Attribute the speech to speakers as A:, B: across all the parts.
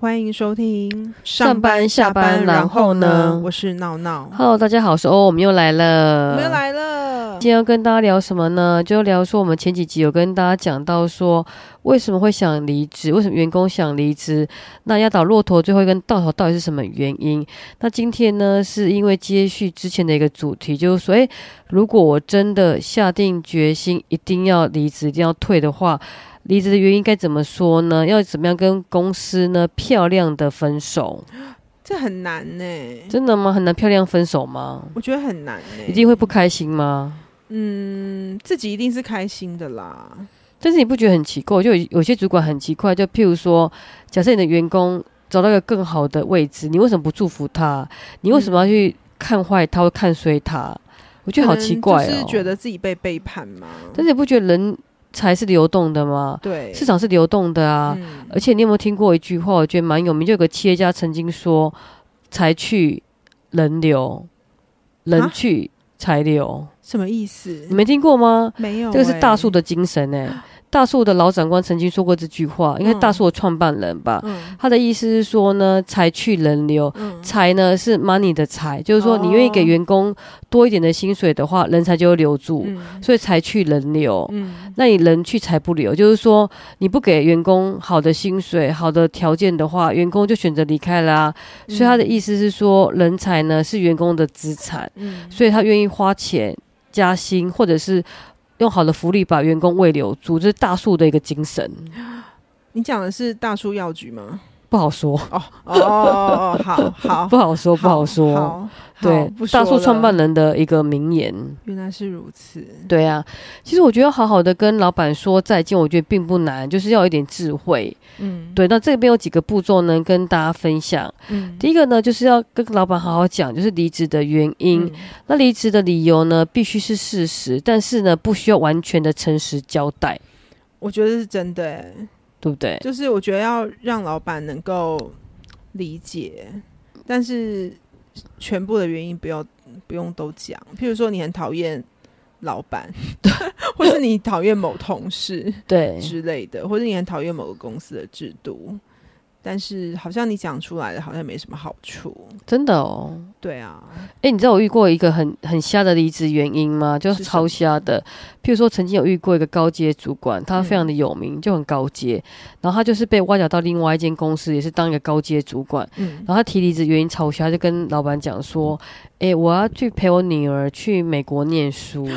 A: 欢迎收听
B: 上班下班然后呢
A: 我是闹闹，
B: Hello，大家好，我是哦欧，我们又来
A: 我
B: 了。
A: 们又。来了
B: 今。天要跟大家聊什么呢？就聊说我们前几集有跟大家讲到说，为什么会想离职，为什么员工想离职，那压倒骆驼最后一根稻草到底是什么原因？那今天呢，是因为接续之前的一个主题，就是说，诶，如果我真的下定决心一定要离职，一定要退的话。离职的原因该怎么说呢？要怎么样跟公司呢漂亮的分手？
A: 这很难呢、
B: 真的吗？很难漂亮分手吗？
A: 我觉得很难呢、
B: 一定会不开心吗？
A: 嗯，自己一定是开心的啦。
B: 但是你不觉得很奇怪？就有有些主管很奇怪，就譬如说，假设你的员工找到一个更好的位置，你为什么不祝福他？你为什么要去看坏他，或看衰他？我觉得好奇怪
A: 可能
B: 哦。
A: 就是觉得自己被背叛嘛。
B: 但是你不觉得人才是流动的吗？
A: 对，
B: 市场是流动的啊。
A: 嗯
B: 而且你有没有听过一句话？我觉得蛮有名，就有个企业家曾经说：“才去人流，人
A: 啊
B: 去才流。
A: 什么意思
B: 你？没听过吗？
A: 没有欸、
B: 这个是大树的精神哎、 大树的老长官曾经说过这句话，应该是大树的创办人吧。
A: 嗯，
B: 他的意思是说呢，财去人流，
A: 嗯
B: 财呢是 money 的财，就是说
A: 哦
B: 你愿意给员工多一点的薪水的话，人才就会留住，
A: 嗯
B: 所以财去人流。
A: 嗯
B: 那你人去财不留，就是说你不给员工好的薪水、好的条件的话，员工就选择离开啦、所以他的意思是说，人才呢是员工的资产。
A: 嗯
B: 所以他愿意花钱加薪，或者是用好的福利把员工喂留住，这是大树的一个精神，
A: 你讲的是大树药局 吗？
B: 不好说，
A: 哦哦哦哦，好好，
B: 不好说，不好说。
A: 好，好
B: 对
A: 不，说
B: 大树创
A: 了嗯
B: 办人的一个名言。
A: 原来是如此。
B: 对啊，其实我觉得好好的跟老板说再见，我觉得并不难，就是要有一点智慧。
A: 嗯，
B: 对，那这边有几个步骤呢，跟大家分享。
A: 嗯，
B: 第一个呢，就是要跟老板好好讲，就是离职的原因。
A: 嗯
B: 那离职的理由呢，必须是事实，但是呢，不需要完全的诚实交代，
A: 我觉得是真的欸、
B: 对不对？
A: 就是我觉得要让老板能够理解，但是全部的原因不要不用都讲。譬如说，你很讨厌老板， 或是你讨厌某同事
B: 对，
A: 之类的，或者你很讨厌某个公司的制度，但是好像你讲出来的好像没什么好处。
B: 真的哦。
A: 对啊，
B: 哎、你知道我遇过一个很很瞎的离职原因吗？就是是
A: 什
B: 超
A: 么
B: 瞎的。譬如说，曾经有遇过一个高阶主管，他非常
A: 嗯
B: 的有名，就很高阶，然后他就是被挖角到另外一间公司，也是当一个高阶主管。
A: 嗯
B: 然后他提离职原因超瞎，就跟老板讲说：“哎、我要去陪我女儿去美国 念书，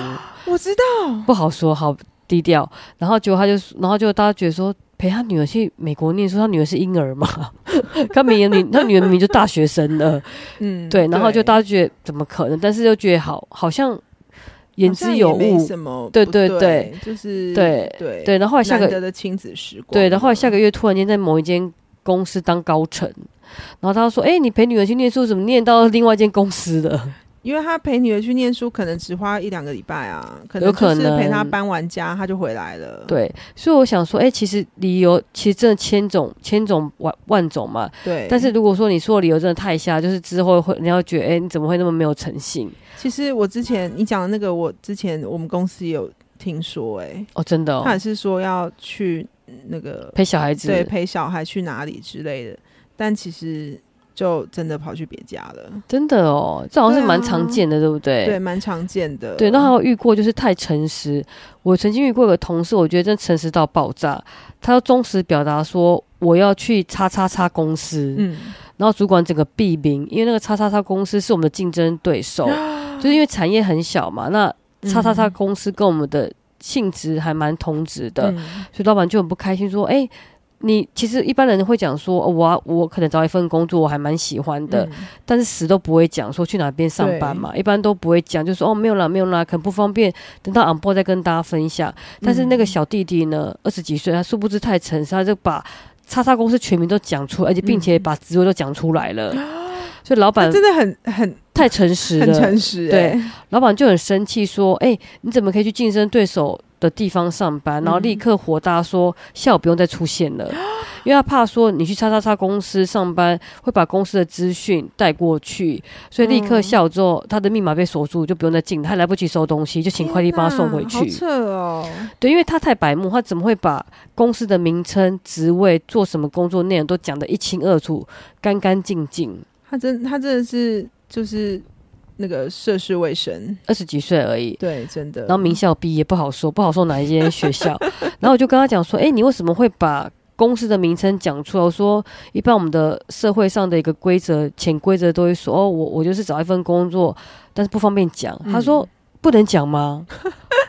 A: 我知道，
B: 不好说，好低调。”然后结果他就，然后就大家觉得说。陪他女儿去美国念书，他女儿是婴儿嘛？ 他明明女，他女儿明明就大学生了，
A: 嗯，
B: 对，然后就大家觉得怎么可能，但是又觉得好好像言
A: 好像
B: 之有
A: 也没
B: 物，
A: 什么不
B: 对
A: 对
B: 对
A: 就是
B: 对
A: 对
B: 对。然后后来下
A: 难
B: 个
A: 得的亲子时光，
B: 对，然后后来下
A: 个
B: 个月突然间在某一间公司当高层，然后他说：“哎、你陪女儿去念书，怎么念到另外一间公司了
A: 因为他陪女儿去念书，可能只花一两个礼拜啊，可能
B: 有可
A: 就是陪
B: 能
A: 她搬完家，她就回来了。？”
B: 对，所以我想说，哎、其实理由其实真的千种千种万万种嘛。
A: 对，
B: 但是如果说你说的理由真的太瞎，就是之后会你要觉得，哎、你怎么会那么没有诚信？
A: 其实我之前你讲的那个，我之前我们公司也有听说、欸，
B: 哦，真的、
A: 哎，他
B: 哦
A: 也，是说要去那个
B: 陪小孩子，
A: 对陪小孩去哪里之类的，但其实就真的跑去别家了，
B: 真的哦，这好像是蛮
A: 对啊
B: 常见的，对不对？
A: 对，蛮常见的。
B: 对，那还有遇过就是太诚实。我曾经遇过一个同事，我觉得真的诚实到爆炸。他要忠实表达说我要去叉叉叉公司，
A: 嗯，
B: 然后主管整个毙命，因为那个叉叉叉公司是我们的竞争 对手，就是因为产业很小嘛。那
A: 嗯
B: 叉叉叉公司跟我们的性质还蛮同质的，
A: 嗯
B: 所以老板就很不开心，说：“哎、你其实一般人会讲说，哦我啊我可能找一份工作我还蛮喜欢的，
A: 嗯
B: 但是死都不会讲说去哪边上班嘛，一般都不会讲，就说哦没有啦没有啦，可能不方便，等到 on board 再跟大家分享。但是那个小弟弟呢，二十几岁，他殊不知太诚实，他就把叉叉公司全名都讲出来，而且并且把职位都讲出来了，所以老
A: 他
B: 板
A: 真的很很
B: 太诚实
A: 很
B: 了，
A: 诚实、欸，
B: 呃对，老板就很生气说，哎、你怎么可以去竞
A: 嗯
B: 争对手？的地方上班，然后立刻火大说：“下午不用再出现了，因为他怕说你去叉叉叉公司上班会把公司的资讯带过去，所以立刻下午之后、他的密码被锁住，就不用再进，他还来不及收东西，就请快递帮他送回
A: 天哪好
B: 去。
A: 扯哦，
B: 对，因为他太白目，他怎么会把公司的名称、职位、做什么工作内容都讲得一清二楚、干干净净？
A: 他真他真的是就是那个涉世未深，
B: 二十几岁而已，
A: 对，真的。
B: 然后名校毕业不好说，不好说哪一间学校。 然后我就跟他讲说，哎、你为什么会把公司的名称讲出来？我说，一般我们的社会上的一个规则、潜规则都会说，哦，我我就是找一份工作，但是不方便讲。
A: 嗯
B: 他说，不能讲吗？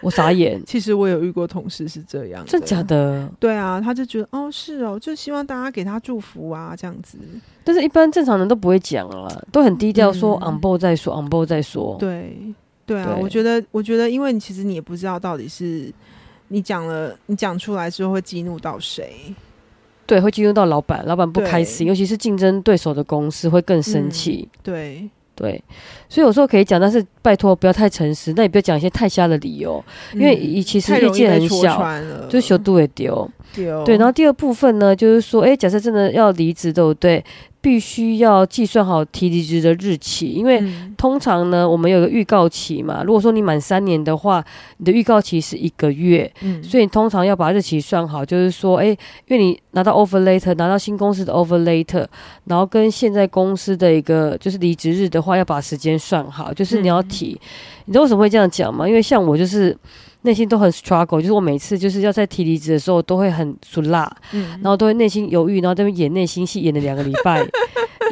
B: 我傻 眼，
A: 其实我有遇过同事是这样，
B: 真假？的？
A: 对啊，他就觉得哦是哦，就希望大家给他祝福啊，这样子。
B: 但是一般正常人都不会讲啊，都很低调，说
A: 嗯
B: on board 再说，on board 再说。
A: 对对啊，
B: 哦对
A: 我觉得我觉得，因为你其实你也不知道到底是你讲了，你讲出来之后会激怒到谁。
B: 对，会进入到老板，老板不开心，尤其是竞争对手的公司会更生
A: 嗯
B: 气。
A: 对，
B: 对，所以有时候可以讲，但是拜托不要太诚实，那也不要讲一些太瞎的理由，因为
A: 嗯
B: 以其实
A: 太
B: 业
A: 容易
B: 界
A: 被
B: 很
A: 戳
B: 小，
A: 穿了，
B: 就修度也丢。
A: 丢
B: 对，然后第二部分呢，就是说，哎，假设真的要离职，对不对？必须要计算好提离职的日期，因为
A: 嗯
B: 通常呢，我们有个预告期嘛。如果说你满三年的话，你的预告期是一个月，
A: 嗯，
B: 所以你通常要把日期算好，就是说，哎、因为你拿到 offer later，拿到新公司的 offer later，然后跟现在公司的一个就是离职日的话，要把时间算好，就是你要
A: 嗯
B: 提。你知道为什么会这样讲吗？因为像我就是内心都很 struggle，就是我每次就是要在提离职的时候都会很俗辣，
A: 嗯
B: 然后都会内心犹豫，然后在那边演内心戏，演了两个礼拜，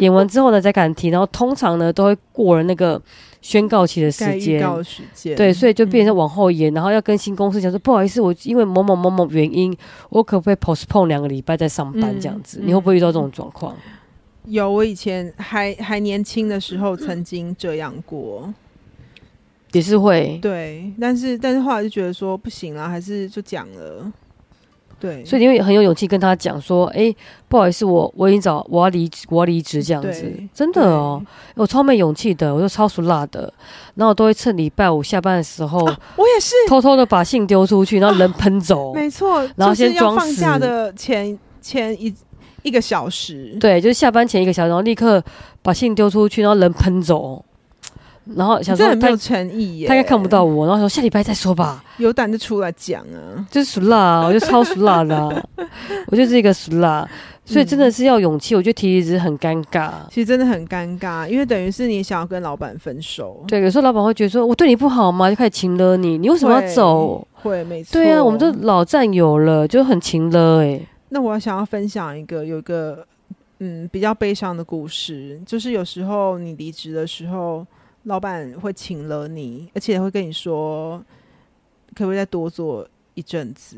B: 演完之后呢才敢提，然后通常呢都会过了那个宣告期的
A: 该
B: 时
A: 预
B: 间。
A: 告时间，
B: 对，所以就变成
A: 嗯
B: 往后延，然后要跟新公司讲说，不好意思，我因为某某某某原因，我可不可以 postpone 两个礼拜再上班
A: 嗯
B: 这样子？
A: 嗯
B: 你会不会遇到这种状况？
A: 有我以前还还年轻的时候曾经这样过，
B: 也是会，
A: 对，但是但是后来就觉得说不行啦，还是就讲了，对，
B: 所
A: 以
B: 以你会很有勇气跟他讲说，哎、不好意思，我我已经找我要离职，我要离职这样子
A: 对，
B: 真的哦，我超没勇气的，我就超属辣的，然后我都会趁礼拜五下班的时 候，
A: 我也是，
B: 偷偷的把信丢出去，然后人喷 走。
A: 没错，
B: 哦然后
A: 就是
B: 先
A: 要
B: 装
A: 放
B: 死
A: 假的前前一一个小时，
B: 对，就是下班前一个小时，然后立刻把信丢出去，然后人喷走，然后
A: 你
B: 想
A: 真的
B: 说
A: 很没
B: 他
A: 有诚意耶，
B: 他应该看不，到我，然后说下礼拜再说吧，
A: 有胆就出来讲啊，
B: 就是属辣、啊，我就超属辣的啊、 我就是一个属辣，所以真的是要勇气。我觉得提离职很尴尬，
A: 其实真的很尴尬，因为等于是你想要跟老板分手，
B: 对，有时候老板会觉得说我对你不好吗？就开始情了你，你为什么要走？
A: 会没错，
B: 对啊，我们都老战友了，就很情了哎、
A: 那我想要分享一个有一个嗯比较悲伤的故事，就是有时候你离职的时候，老板会请了你，而且会跟你说，可不可以再多做一阵子？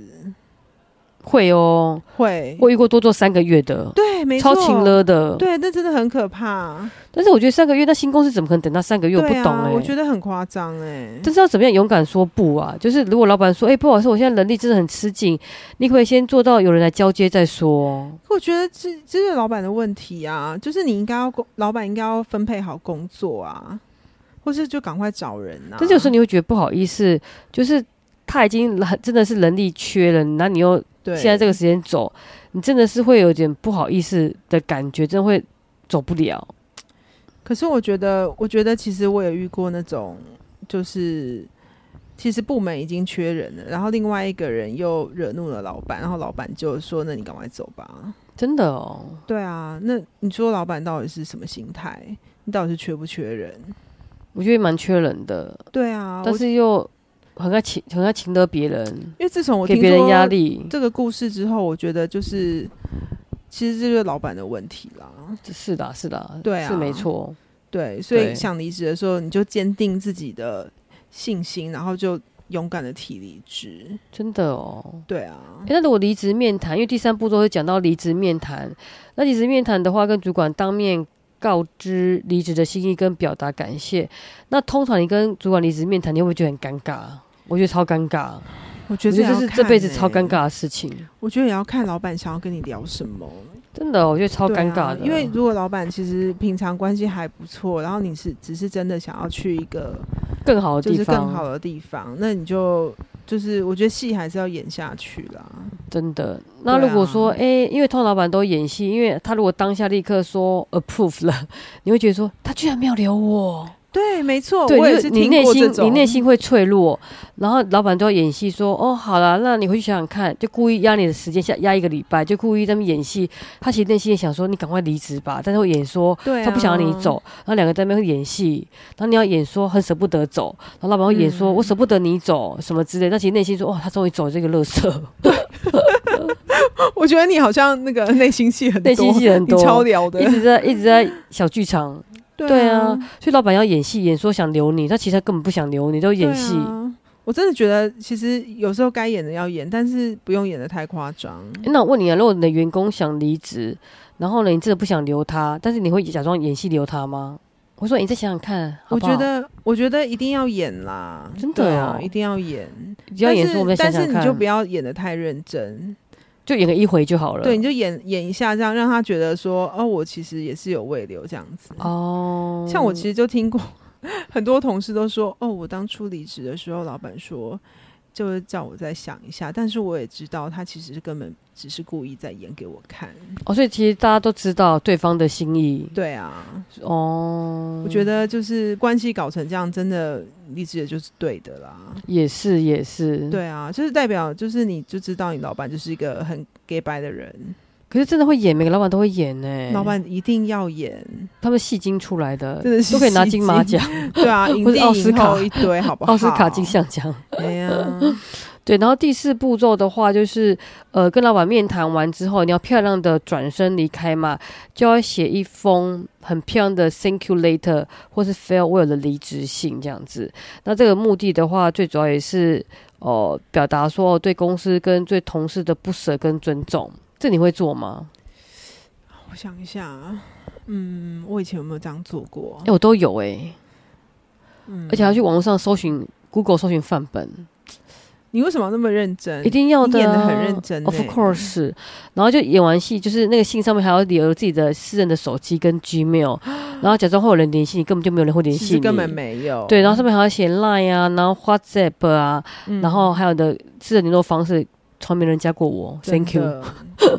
B: 会哦，
A: 会，
B: 我遇过多做三个月的，
A: 对，没
B: 超
A: 错，
B: 情了的。
A: 对，那真的很可怕。
B: 但是我觉得三个月，那新公司怎么可能等到三个月？我不
A: 对
B: 懂哎、
A: 啊，我觉得很夸张哎。
B: 但是要怎么样勇敢说不啊？就是如果老板说，哎、不好意思，我现在能力真的很吃紧，你可不可以先做到有人来交接再说？
A: 我觉得这这是老板的问题啊，就是你应该要工，老板应该要分配好工作啊，或是就赶快找人啊。
B: 但是有时候你会觉得不好意思，就是他已经很真的是能力缺了，那你又
A: 对
B: 现在这个时间走，你真的是会有点不好意思的感觉，真的会走不了。
A: 可是我觉得，我觉得其实我也遇过那种，就是其实部门已经缺人了，然后另外一个人又惹怒了老板，然后老板就说：“那你赶快走吧。
B: 真的哦，”
A: 对啊，那你说老板到底是什么心态？你到底是缺不缺人？
B: 我觉得蛮缺人的，
A: 对啊，
B: 但
A: 我
B: 是又很爱请，很爱请得别人，
A: 因为自从我
B: 给
A: 听
B: 别人压
A: 说
B: 力，
A: 这个故事之后，我觉得就是其实这就是老板的问题啦。
B: 是的，是的，
A: 对啊
B: 是没错。
A: 对，所以
B: 对
A: 想离职的时候，你就坚定自己的信心，然后就勇敢的提离职。
B: 真的哦，
A: 对啊
B: 诶，那如果离职面谈，因为第三步骤会讲到离职面谈，那离职面谈的话，跟主管当面告知离职的心意跟表达感谢。那通常你跟主管离职面谈，你会不会觉得很尴尬？我觉得超尴尬，
A: 我觉
B: 我
A: 得
B: 觉得这
A: 要
B: 是
A: 看
B: 这辈子
A: 欸
B: 超尴。尬的事情，
A: 我觉得也要看老板想要跟你聊什么，
B: 真的，我觉得超
A: 对
B: 尴尬
A: 啊
B: 的。
A: 因为如果老板其实平常关系还不错，然后你是只是真的想要去一个
B: 更好的
A: 就
B: 地
A: 是
B: 方，
A: 更好的地方，那你就就是我觉得戏还是要演下去啦。
B: 真的。那
A: 啊
B: 如果说，哎、因为通常老板都演戏，因为他如果当下立刻说 approve 了， 你会觉得说他居然没有留我，
A: 对，没错，
B: 对，
A: 哦我也
B: 就是你
A: 听
B: 内
A: 过这
B: 心
A: 种，
B: 你内心会脆弱，然后老板就要演戏说，哦，好了，那你回去想想看，就故意压你的时间下压一个礼拜，就故意在那边演戏。他其实内心也想说你赶快离职吧，但是会演说
A: 对啊、
B: 他不想让你走，然后两个在那边演戏，然后你要演说很舍不得走，然后老板会演说、
A: 嗯
B: 我舍不得你走什么之类，但其实内心说，哦，他终于走了这个乐色，
A: 我觉得你好像那个内心戏很多，
B: 内心戏很 多
A: 你超聊的
B: 一，直在一直在小剧场，对啊，所以老板要演戏，演说想留你，他其实他根本不想留你，都
A: 对啊
B: 演戏。
A: 我真的觉得，其实有时候该演的要演，但是不用演的太夸张。
B: 诶那我问你啊，如果你的员工想离职，然后呢，你真的不想留他，但是你会假装演戏留他吗？我说你再想想看，
A: 我
B: 好不好
A: 觉得，我觉得一定要演啦，
B: 真的
A: 对
B: 哦
A: 啊，一定要演。
B: 只要演说，我们再
A: 但
B: 想
A: 是但是
B: 想看，
A: 你就不要演的太认真，
B: 就演个一回就好了。
A: 对，你就演演一下，这样让他觉得说，哦，我其实也是有胃瘤这样子。
B: 哦，
A: 像我其实就听过 很多同事都说，哦，我当初离职的时候，老板说就是叫我再想一下，但是我也知道他其实根本只是故意在演给我看。
B: 哦，所以其实大家都知道对方的心意
A: 对
B: 嗯
A: 啊，
B: 哦。
A: 我觉得就是关系搞成这样，真的离职也就是对的啦。
B: 也是，也是。，
A: 对啊，就是代表就是你就知道你老板就是一个很 gay 白的人，
B: 可是真的会演，每个老板都会演呢、
A: 老板一定要演，
B: 他们戏精出来的，
A: 真的是
B: 都可以拿
A: 戏
B: 金马
A: 精
B: 奖、
A: 对 啊，影
B: 或
A: 帝
B: 是奥斯
A: 影
B: 卡
A: 后一堆，好不好？
B: 奥斯卡金，像奖。
A: 哎呀，
B: 对，然后第四步骤的话，就是呃，跟老板面谈完之后，你要漂亮的转身离开嘛，就要写一封很漂亮的 “thank you later” 或是 “farewell” 的离职信这样子。那这个目的的话，最主要也是哦、呃表达说对公司跟对同事的不舍跟尊重。这你会做吗？
A: 我想一下啊，嗯，我以前有没有这样做过
B: 哎、？我都有哎、
A: 嗯
B: 而且还要去网络上搜寻 Google 搜寻范本。
A: 你为什么要那么认真？
B: 一定要的、
A: 嗯你
B: 啊，
A: 演得很认真
B: Of
A: 欸
B: course，然后就演完戏，就是那个信上面还要留自己的私人的手机跟 Gmail，然后假装会有人联系你，根本就没有人会联
A: 其
B: 系
A: 实
B: 你，
A: 根本没有。
B: 对，然后上面还要写 Line 啊，然后 WhatsApp 啊，
A: 嗯
B: 然后还有你的私人联络方式，从来没人加过我
A: 真
B: ，Thank you。
A: 的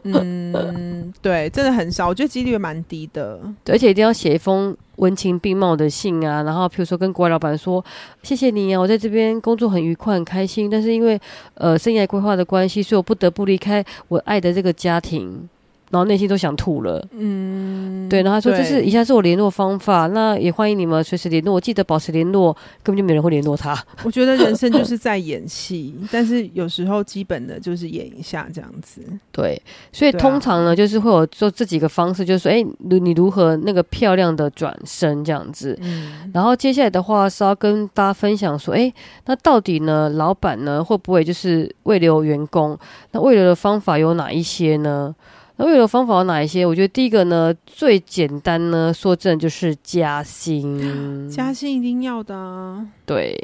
A: 嗯，对，真的很少，我觉得几率蛮低的。
B: 对而且一定要写一封文情并茂的信啊，然后譬如说跟国外老板说，谢谢你啊，我在这边工作很愉快很开心，但是因为呃生涯规划的关系，所以我不得不离开我爱的这个家庭，然后内心都想吐了。
A: 嗯，
B: 对，然后他说
A: 对
B: 这是以下是我联络方法，那也欢迎你们随时联络，记得保持联络，根本就没人会联络他。
A: 我觉得人生就是在演戏，但是有时候基本的就是演一下这样子。
B: 对，所以
A: 对啊
B: 通常呢，就是会有做这几个方式，就是说，哎，你你如何那个漂亮的转身这样子。
A: 嗯，
B: 然后接下来的话是要跟大家分享说，哎，那到底呢，老板呢会不会就是未留员工？那未留的方法有哪一些呢？那未留方法有哪一些？我觉得第一个呢，最简单呢，说真的就是加薪。
A: 加薪一定要的啊。
B: 对，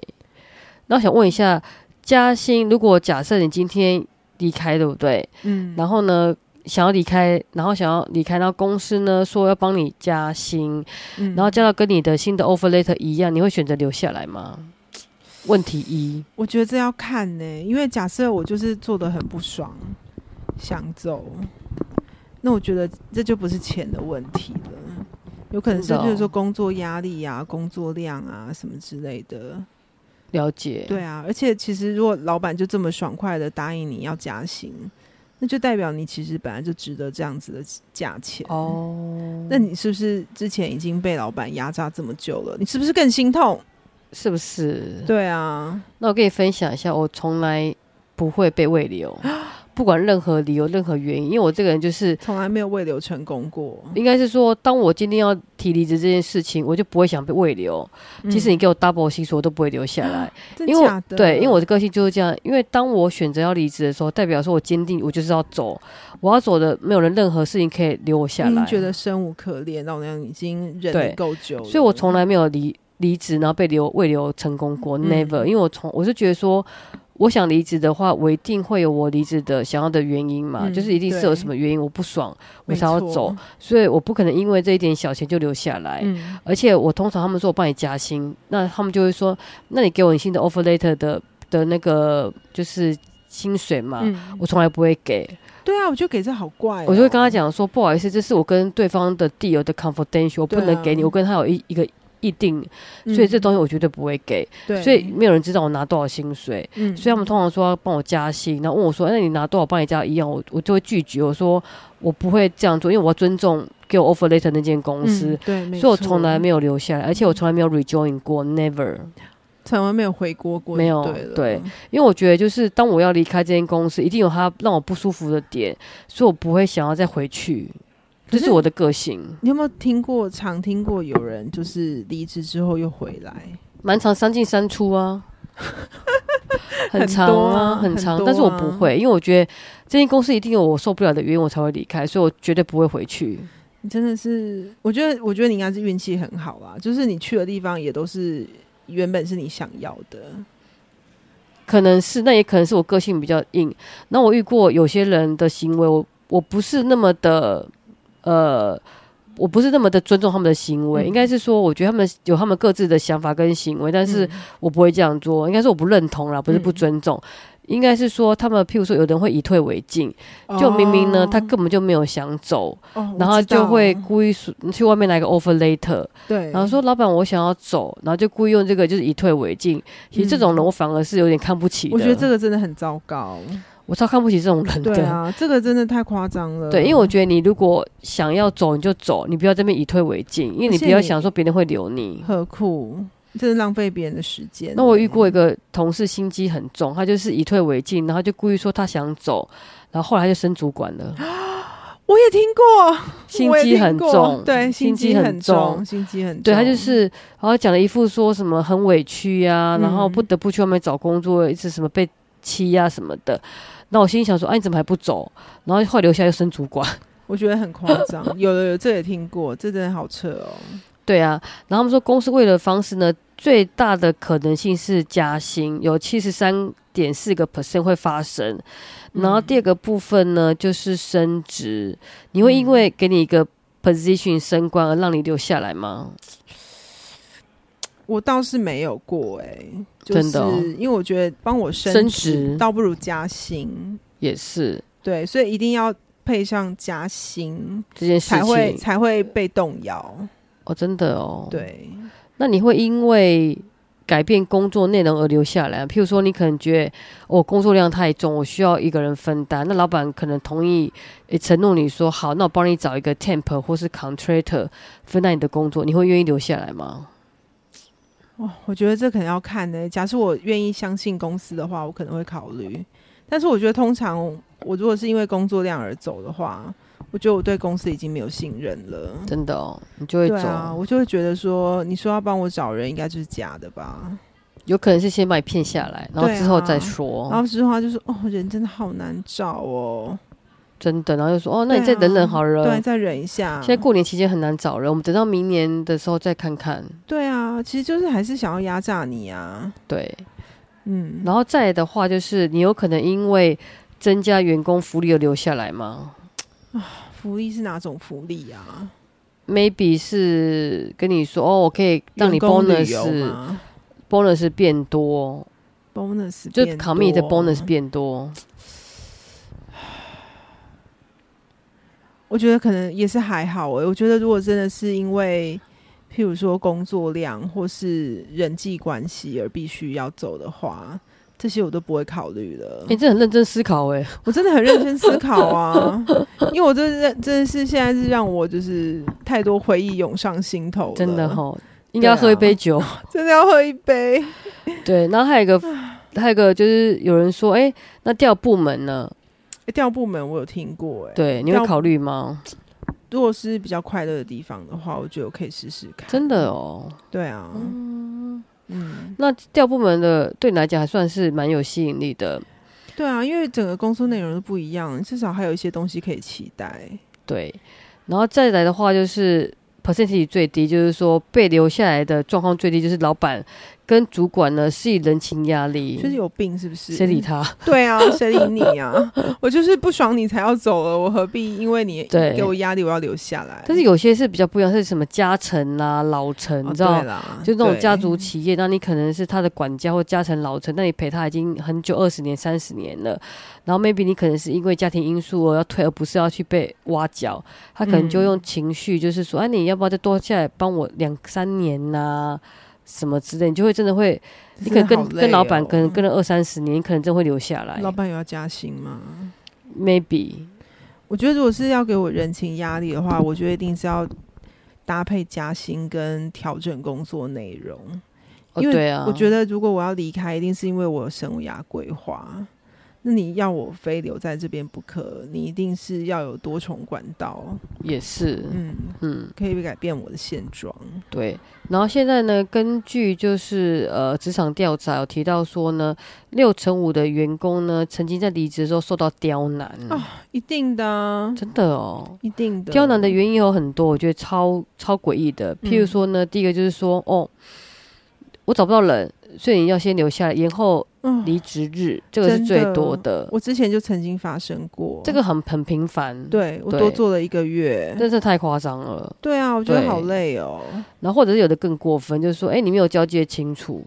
B: 那我想问一下，加薪，如果假设你今天离开，对不对？
A: 嗯，
B: 然后呢，想要离开，然后想要离开，然后公司呢说要帮你加薪，
A: 嗯
B: 然后加到跟你的新的 offer letter 一样，你会选择留下来吗？问题一，
A: 我觉得这要看呢、因为假设我就是做的很不爽，想走，那我觉得这就不是钱的问题了，有可能是
B: 真的哦
A: 就是说工作压力啊、工作量啊什么之类的。
B: 了解，
A: 对啊，而且其实如果老板就这么爽快的答应你要加薪，那就代表你其实本来就值得这样子的价钱。
B: 哦，
A: 那你是不是之前已经被老板压榨这么久了？你是不是更心痛？
B: 是不是？
A: 对啊，
B: 那我跟你分享一下，我从来不会被未留，不管任何理由、任何原因，因为我这个人就是
A: 从来没有未留成功过。
B: 应该是说，当我今天要提离职这件事情，我就不会想被未留。即使你给我 double 薪水，我都不会留下来，
A: 嗯 真
B: 因为
A: 假
B: 我
A: 的
B: 对，因为我的个性就是这样。因为当我选择要离职的时候，代表说我坚定，我就是要走，我要走的，没有人任何事情可以留我下
A: 已经
B: 来。
A: 觉得生无可恋，老娘已经忍
B: 对
A: 得够久了，
B: 所以我从来没有离离职，然后被留未留成功过、
A: 嗯
B: n e v e r 因为我从我是觉得说，我想离职的话，我一定会有我离职的想要的原因嘛，
A: 嗯
B: 就是一定是有
A: 对
B: 什么原因我不爽，我
A: 没
B: 才要
A: 错
B: 走，，所以我不可能因为这一点小钱就留下来。
A: 嗯，
B: 而且我通常他们说我帮你加薪，那他们就会说，那你给我你新的 offer letter 的的那个就是薪水嘛，
A: 嗯，
B: 啊我从来不会给，
A: 对啊，我就给这好怪哦、
B: 我就会跟他讲说，不好意思，这是我跟对方的 deal 的 confidential，我不
A: 对啊
B: 能给你，我跟他有一一个议定，
A: 嗯，
B: 所以这东西我绝对不会给，
A: 对，
B: 所以没有人知道我拿多少薪水。
A: 嗯，
B: 所以他们通常说要帮我加薪，然后问我说：“那你拿多少帮你加一样？”我我就会拒绝，我说我不会这样做，因为我要尊重给我 offer letter 那间公司
A: 嗯，对，没嗯
B: 所以我从来没
A: 有
B: 有留下来，而且我从来没有 rejoin 过，never。
A: 从来没有回国过就
B: 没有
A: 对了，
B: 对因为我觉得就是当我要离开这间公司，一定有它让我不舒服的点，所以我不会想要再回去，
A: 可
B: 这
A: 是
B: 是我的个性。
A: 你有没有听过、常听过有人就是离职之后又回来？
B: 蛮常三进三出啊， 很
A: 很
B: 长
A: 多
B: 啊，
A: 啊
B: 很长。
A: 很多
B: 但是我
A: 啊
B: 不会，因为我觉得这间公司一定有我受不了的原因，我才会离开，所以我绝对不会回去。
A: 你真的是，我觉得，我觉得你应该是运气很好啦，就是你去的地方也都是原本是你想要的，
B: 可能是，那也可能是我个性比较硬。那我遇过有些人的行为，我我不是那么的，呃，我不是那么的尊重他们的行为，
A: 嗯
B: 应该是说，我觉得他们有他们各自的想法跟行为，但
A: 但
B: 是我不会这样做，应该是我不认同啦，不是不
A: 嗯
B: 尊重。应该是说，他们譬如说，有的人会以退为进，
A: 哦嗯
B: 就明明呢，他根本就没有想走，然后就会故意说去外面拿一个 offer later，
A: 对，
B: 然后说老板我想要走，然后就故意用这个就是以退为进。其实这种人我反而是有点看不起的，
A: 嗯我觉得这个真的很糟糕，
B: 我超看不起这种人的。
A: 对啊，嗯这个真的太夸张了，
B: 对因为我觉得你如果想要走你就走，你不要这边以退为进，因为你
A: 而且
B: 不要
A: 你
B: 想说别人会留你。
A: 何苦，真的浪费别人的时间。
B: 那我遇
A: 嗯
B: 过一个同事心机很重，他就是以退为进，然后就故意说他想走，然后后来他就升主管了，
A: 啊我也听过，
B: 心
A: 我也
B: 机
A: 听
B: 很
A: 过
B: 重，
A: 对，
B: 心
A: 机
B: 机很重
A: 重，。心机很重，
B: 对他就是，然后讲了一副说什么很委屈呀、
A: 嗯
B: 然后不得不去外面找工作，一直什么被欺呀、什么的。那我心里想说，哎、你怎么还不走？然后后来留下来又升主管，
A: 我觉得很夸张，有的有这也听过，这真的好扯哦，
B: 对啊。然后他们说，公司为了方式呢，最大的可能性是加薪，有七十三点四个 percent 会发生。
A: 嗯
B: 然后第二个部分呢，就是升职，你会
A: 嗯
B: 因为给你一个 position 升官而让你留下来吗？
A: 我倒是没有过哎、就
B: 真
A: 是
B: 的哦
A: 因为我觉得帮我
B: 升
A: 升
B: 职
A: 职倒不如加薪，
B: 也是
A: 对，所以一定要配上加薪
B: 这件事情
A: 才会才会被动摇，
B: 哦，真的哦，。
A: 对，
B: 那你会因为改变工作内容而留下来啊？譬如说，你可能觉得我、哦工作量太重，我需要一个人分担。那老板可能同意，诶承诺你说好，那我帮你找一个 temp 或是 contractor 分担你的工作，你会愿意留下来吗？
A: 哇，我觉得这可能要看呢、假设我愿意相信公司的话，我可能会考虑。但是我觉得，通常我如果是因为工作量而走的话，我觉得我对公司已经没有信任了。
B: 真的哦，你就会走，
A: 对啊，我就会觉得说，你说要帮我找人，应该就是假的吧。
B: 有可能是先把你骗下来，然后
A: 对啊
B: 之后再说，
A: 然后之后他就说，哦，人真的好难找哦。
B: 真的，然后就说哦，那你
A: 对
B: 再
A: 啊
B: 忍忍好了。
A: 对，啊再忍一下。
B: 现在过年期间很难找人，我们等到明年的时候再看看。
A: 对啊，其实就是还是想要压榨你啊。
B: 对，
A: 嗯，
B: 然后再来的话，就是你有可能因为增加员工福利而留下来吗
A: 福利是哪种福利啊？
B: ？maybe 是跟你说哦，我可以让你
A: 员工旅游
B: bonus
A: 吗
B: bonus 变多，
A: bonus
B: 就
A: 变
B: commit
A: 多
B: bonus 变多，
A: 我觉得可能也是还好欸诶、我觉得如果真的是因为，譬如说工作量或是人际关系而必须要走的话，这些我都不会考虑了
B: 你、。这很认真思考哎、
A: 我真的很认真思考啊， 因为我这认真的是现在是让我就是太多回忆涌上心头了，
B: 真的哈、应该要喝一 杯酒。
A: 真的要喝一杯。
B: 对，然后还有一个，还有一个就是有人说，哎、那调部门呢？
A: 诶欸调部门我有听过、诶，
B: 对，你会
A: 调
B: 考虑吗？
A: 如果是比较快乐的地方的话，我觉得我可以试试看。
B: 真的哦，
A: 对啊，嗯，
B: 那调部门的对你来讲还算是蛮有吸引力的。
A: 对啊，因为整个工作内容都不一样，至少还有一些东西可以期待。
B: 对，然后再来的话就是 percentage 最低，就是说被留下来的状况最低，就是老板跟主管呢是以人情压力，
A: 就是有病是不是？
B: 谁理他？
A: 对啊，谁理你啊？ 我就是不爽你才要走了，我何必因为你
B: 对
A: 给我压力，我要留下来？
B: 但是有些是比较不一样，是什么家臣啦、老臣，
A: 哦
B: 你知道
A: 对，啦，
B: 就那种
A: 对
B: 家族企业，那你可能是他的管家或家臣老臣，那你陪他已经很久，二十年、三十年了。然后 maybe 你可能是因为家庭因素而要退，而不是要去被挖角，他可能就
A: 嗯
B: 用情绪，就是说，哎、你要不要再多下来帮我两三年呐、什么之类，你就会真的会，你可能
A: 真的
B: 跟、
A: 好累
B: 跟老板
A: 哦
B: 跟跟了二三十年，你可能真的会留下来
A: 老板有要加薪吗？
B: ，maybe。
A: 我觉得如果是要给我人情压力的话，我觉得一定是要搭配加薪跟调整工作内容。
B: 哦，
A: 因为
B: 对啊，
A: 我觉得如果我要离开，一定是因为我有生涯规划。那你要我非留在这边不可，你一定是要有多重管道，
B: 也是，
A: 嗯，
B: 嗯，
A: 可以改变我的现状。
B: 对，然后现在呢，根据就是呃职场调查有提到说呢，六成五的员工呢曾经在离职的时候受到刁难，
A: 啊一定的啊，
B: 真的哦。
A: 一定的。
B: 刁难的原因有很多，我觉得超超诡异的。譬
A: 嗯
B: 如说呢，第一个就是说，哦，我找不到人，所以你要先留下来，延后
A: 嗯，
B: 离职日，这个是最多的。
A: 我之前就曾经发生过
B: 这个很很频繁，，
A: 对我
B: 对
A: 多做了一个月。
B: 真是太夸张了。
A: 对啊，我觉得
B: 对
A: 好累哦。
B: 然后或者是有的更过分，就是说，哎，你没有交接清楚，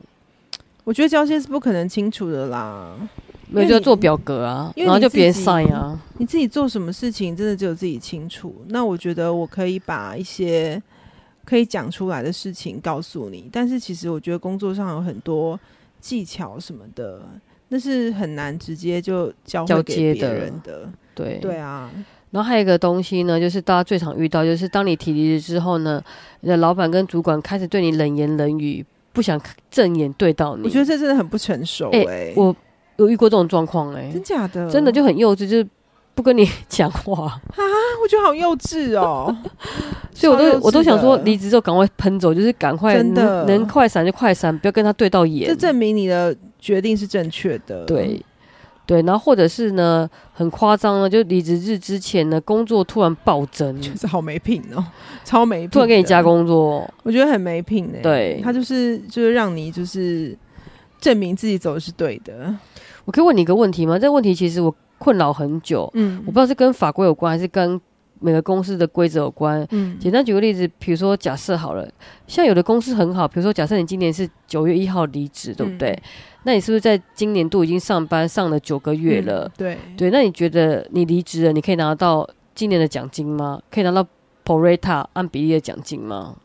A: 我觉得交接是不可能清楚的啦。
B: 没有就要做表格啊，
A: 因为你
B: 然后就别人
A: 自己
B: sign 啊。
A: 你自己做什么事情，真的只有自己清楚。那我觉得我可以把一些可以讲出来的事情告诉你，但是其实我觉得工作上有很多技巧什么的，那是很难直接就教
B: 交
A: 会
B: 接
A: 给别
B: 的
A: 人的。
B: 对
A: 对。啊，
B: 然后还有一个东西呢，就是大家最常遇到，就是当你提离职之后呢，你的老板跟主管开始对你冷言冷语，不想正眼对到你。
A: 我觉得这真的很不成熟哎、
B: 哎我有遇过这种状况哎、
A: 真假的，
B: 真的就很幼稚，就是不跟你 讲话，
A: 啊我觉得好幼稚哦。
B: 所以我
A: 超幼
B: 都
A: 稚
B: 我都想说，
A: 的
B: 离职之后赶快喷走，就是赶快
A: 真的
B: 能能快闪就快闪，不要跟他对到眼。
A: 这证明你的决定是正确的。，
B: 对对，然后或者是呢，很夸张呢，就离职日之前呢，工作突然 暴增，
A: 就是好没品哦，超没品。
B: 嗯突然给你加，工作，
A: 我觉得很没品哎、
B: 对
A: 他就是就是让你就是证明自己走的是对的。
B: 我可以问你一个问题吗？这个问题其实我困扰很久，
A: 嗯
B: 我不知道是跟法规有关，还是跟每个公司的规则有关。
A: 嗯
B: 简单举个例子，比如说假设好了，像有的公司很好，比如说假设你今年是九月一号离职，对不对？
A: 嗯
B: 那你是不是在今年度已经上班上了九个月了？
A: 嗯对
B: 对，那你觉得你离职了，你可以拿到今年的奖金吗？可以拿到 Poreta 按比例的奖金吗？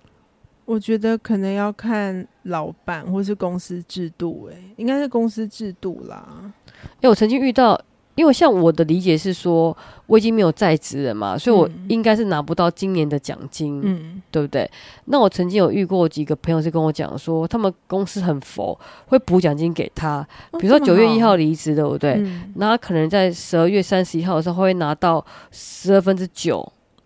A: 我觉得可能要看老板或是公司制度、欸，应该是公司制度啦。
B: 因为哎我曾经遇到，因为像我的理解是说，我已经没有在职了嘛，所以我
A: 嗯
B: 应该是拿不到今年的奖金，
A: 嗯，
B: 对不对？那我曾经有遇过几个朋友是跟我讲说，他们公司很佛，会补奖金给他，
A: 哦
B: 比如说
A: 这
B: 九
A: 么
B: 月
A: 好
B: 一号离职，对不对？
A: 嗯
B: 那他可能在十二月三十一号的时候会拿到十二分之九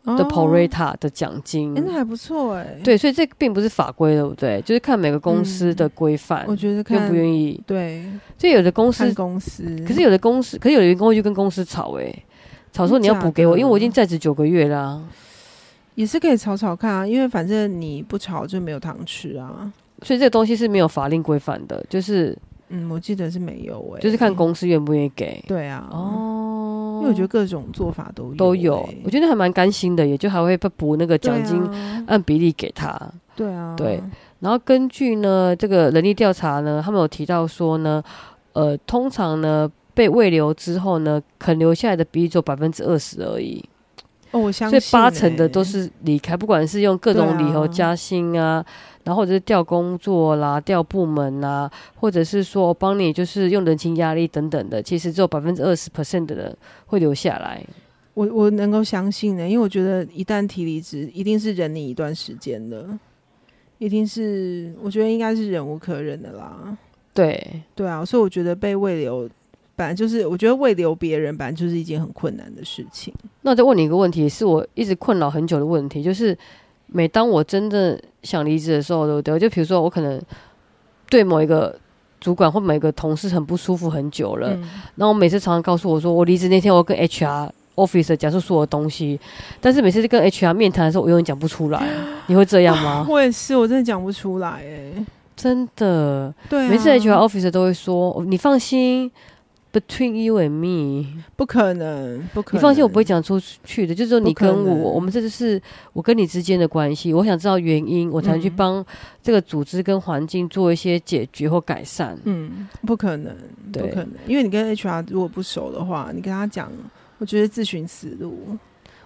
B: 的
A: 哦
B: Poreta 的奖金，
A: 欸那还不错哎、，
B: 对，所以这个并不是法规，对不对？就是看每个公司的规范，
A: 嗯我觉得
B: 愿
A: 看
B: 啊不愿意。
A: 对
B: 所以有的公司
A: 看公司，
B: 可是有的公司，可是有的员工会去跟公司吵、欸，吵说你要补给我，
A: 真假的
B: 因为我已经在职九个月啦、
A: 也是可以吵吵看啊，因为反正你不吵就没有糖吃啊。
B: 所以这个东西是没有法令规范的，就是
A: 嗯，我记得是没有哎、
B: 就是看公司愿不愿意给。
A: 对啊，哦，
B: 哦
A: 因为我觉得各种做法都有、
B: 都有，欸我觉得还蛮甘心的，也就还会补那个奖金
A: 金，
B: 按比例给他。
A: 啊对啊，
B: 对然后根据呢这个人力调查呢，他们有提到说呢，呃，通常呢被未留之后呢，肯留下来的比例只有百分之二十而已。
A: 哦，我相
B: 所
A: 信、欸啊
B: 以八成的都。是离开，不管是用各种理
A: 对啊
B: 由加薪啊，然后或者是调工作啦、调部门啦，或者是说哦帮你就是用人情压力等等的，其实只有百分之二十 percent 的人会留下来。
A: 我我能够相信呢、因为我觉得一旦提离职，一定是忍你一段时间的，一定是我觉得应该是忍无可忍的啦。
B: 对，
A: 对啊，所以我觉得被未留，本来就是我觉得未留别人，本来就是一件很困难的事情。
B: 那我再问你一个问题，是我一直困扰很久的问题，就是每当我真正想离职的时候，对不对？就比如说我可能对某一个主管或某一个同事很不舒服很久了，
A: 嗯，
B: 然后我每次常常告诉我说，我离职那天我要跟 HR officer 讲述所有东西，但是每 次跟 HR 面谈的时候，我永远讲不出来。你会这样吗？
A: 我也是，我真的讲不出来哎、
B: 真的，
A: 对、啊，
B: 每次 HR officer 都会说，哦你放心，between you and me，
A: 不可能，不可能，
B: 你放心，我不会讲出去的，就是说你
A: 不可
B: 跟我，
A: 能
B: 我们这就是我跟你之间的关系，我想知道原因，我才能去
A: 嗯
B: 帮这个组织跟环境做一些解决或改善。
A: 嗯，不可能，不
B: 对
A: 可能，因为你跟 HR 如果不熟的话，你跟他讲，我觉得自寻死
B: 哦
A: 路。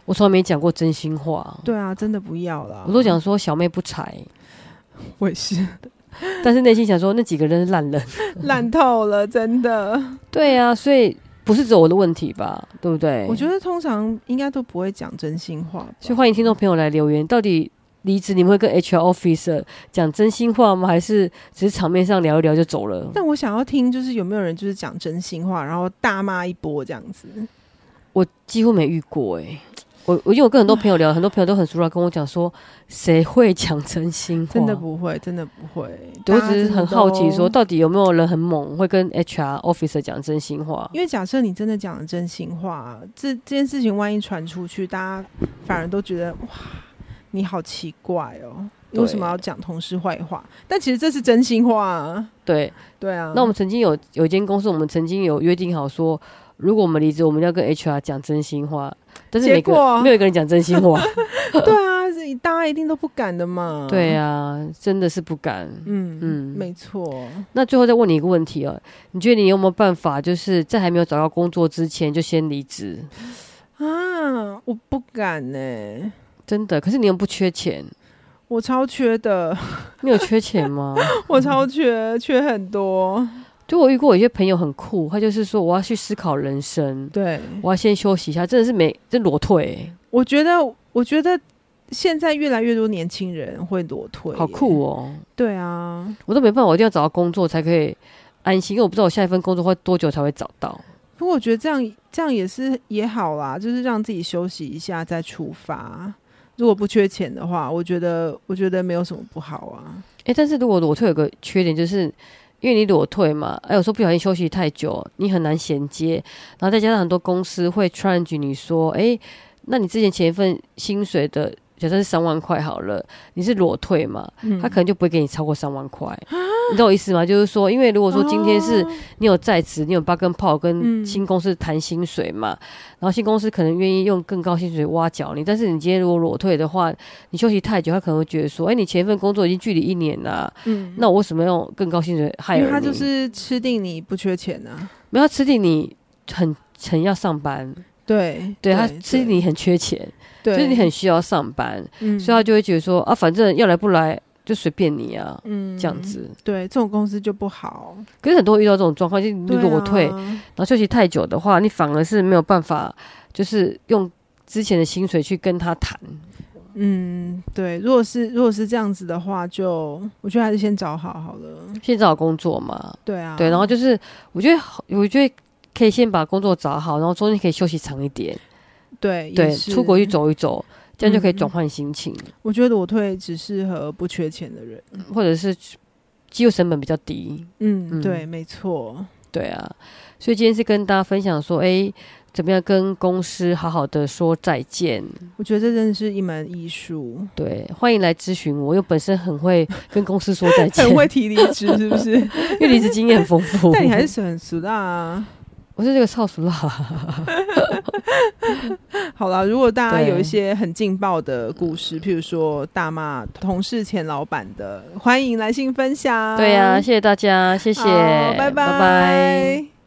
B: 我从来没讲过真心话，
A: 对啊，真的不要啦。
B: 我都讲，说小妹不才，
A: 我也 是
B: 但是内心想说那几个人是烂人。
A: 烂透了，真的。
B: 对啊，所以不是只有我的问题吧？对不对？
A: 我觉得通常应该都不会讲真心话吧，
B: 所以欢迎听众朋友来留言，到底离职你们会跟 HR officer 讲真心话吗？还是只是场面上聊一聊就走了？
A: 但我想要听，就是有没有人就是讲真心话，然后大骂一波这样子。
B: 我几乎没遇过哎、我我因为我跟很多朋 友聊，很多朋友都很熟了，跟我讲说谁会讲真心话？
A: 真的，不会，真的不会。
B: 对我
A: 大家
B: 只是
A: 真的
B: 很好奇
A: 都
B: 说，到底有没有人很猛会跟 HR officer 讲真心话？
A: 因为假设你真的讲了真心话，这这件事情万一传出去，大家反而都觉得哇，你好奇怪哦，你为
B: 对
A: 什么要讲同事坏话？但其实这是真心话啊，
B: 对，
A: 对啊。
B: 那我们曾经有有一间公司，我们曾经有约定好说，如果我们离职，我们要跟 HR 讲真心话，但是
A: 结
B: 每个
A: 果
B: 没有一个人讲真心 话。
A: 对啊，这大家一定都不敢的嘛。
B: 对啊，真的是不敢。
A: 嗯
B: 嗯
A: 嗯，没错。
B: 那最后再问你一个问题哦，你觉得你有没有办法，就是在还没有找到工作之前就先离职？
A: 啊，我不敢呢、
B: 真的，可是你又不缺钱，
A: 我超缺的，
B: 你有缺钱吗？
A: 我超缺，缺很多。
B: 就我遇过有些朋友很酷，他就是说我要去思考人生，
A: 对，
B: 我要先休息一下，真的是没这裸退欸、
A: 我觉得，我觉得现在越来越多年轻人会裸退，
B: 好酷！哦！
A: 对啊，
B: 我都没办法，我一定要找到工作才可以安心，因为我不知道我下一份工作会多久才会找到。
A: 不过我觉得这样这样也是也好啦，就是让自己休息一下再出发。如果不缺钱的话，我觉得我觉得没有什么不好啊。
B: 诶，但是如果裸退有个缺点，就是因为你裸退嘛，哎，有时候不小心休息太久，你很难衔接，然后再加上很多公司会 challenge 你说，诶，那你之前前一份薪水的。假设是三万块好了，你是裸退嘛？
A: 嗯
B: 他可能就不会给你超过三万块，你懂我意思吗？就是说，因为如果说今天是
A: 哦
B: 你有在职，你有八根炮跟
A: 嗯
B: 新公司谈薪水嘛，然后新公司可能愿意用更高薪水挖角你，但是你今天如果裸退的话，你休息太久，他可能会觉得说，哎、你前一份工作已经距离一年啦、
A: 嗯
B: 那我为什么要用更高薪水害
A: 因为
B: 了
A: 他
B: 你？
A: 就是吃定你不缺钱啊。
B: 没有他吃定你很很要上班，
A: 对，
B: 对他吃定，你很缺钱，
A: 对，
B: 所以你很需要上班，
A: 嗯
B: 所以他就会觉得说，啊，反正要来不来就随便你啊，
A: 嗯
B: 这样，子。
A: 对，这种公司就不好。
B: 可是很多人遇到这种状况，就是你
A: 对啊
B: 裸退，然后休息太久的话，你反而是没有办法，就是用之前的薪水去跟他谈。
A: 嗯，对，如果是如果是这样子的话，就我觉得还是先找好好了。
B: 先找工作嘛，
A: 对嗯啊，
B: 对，然后就是我觉得好，我觉得可以先把工作找好，然后中间可以休息长一点，
A: 对也
B: 对，
A: 是
B: 出国去走一走，这样就可以
A: 嗯嗯
B: 转换心情，
A: 我觉得裸退只适合不缺钱的人。
B: 或者是机会成本比较低，嗯
A: 嗯，对，没错。
B: 对啊。所以今天是跟大家分享说，哎，怎么样跟公司好好的说再见？
A: 我觉得这真的是一门艺术，
B: 对，欢迎来咨询我，因为我本身很会跟公司说再 见，
A: 很会提离职，是不 是？
B: 因为离职经验很丰富。
A: 但你还是很俗辣啊。
B: 我是这个超俗辣，
A: 好啦，如果大家
B: 对
A: 有一些很劲爆的故事，譬如说大骂同事、前老板的，欢迎来信分享。
B: 啊对呀、谢谢大家，谢
A: 啊谢
B: 谢，
A: 拜
B: 拜拜
A: 拜。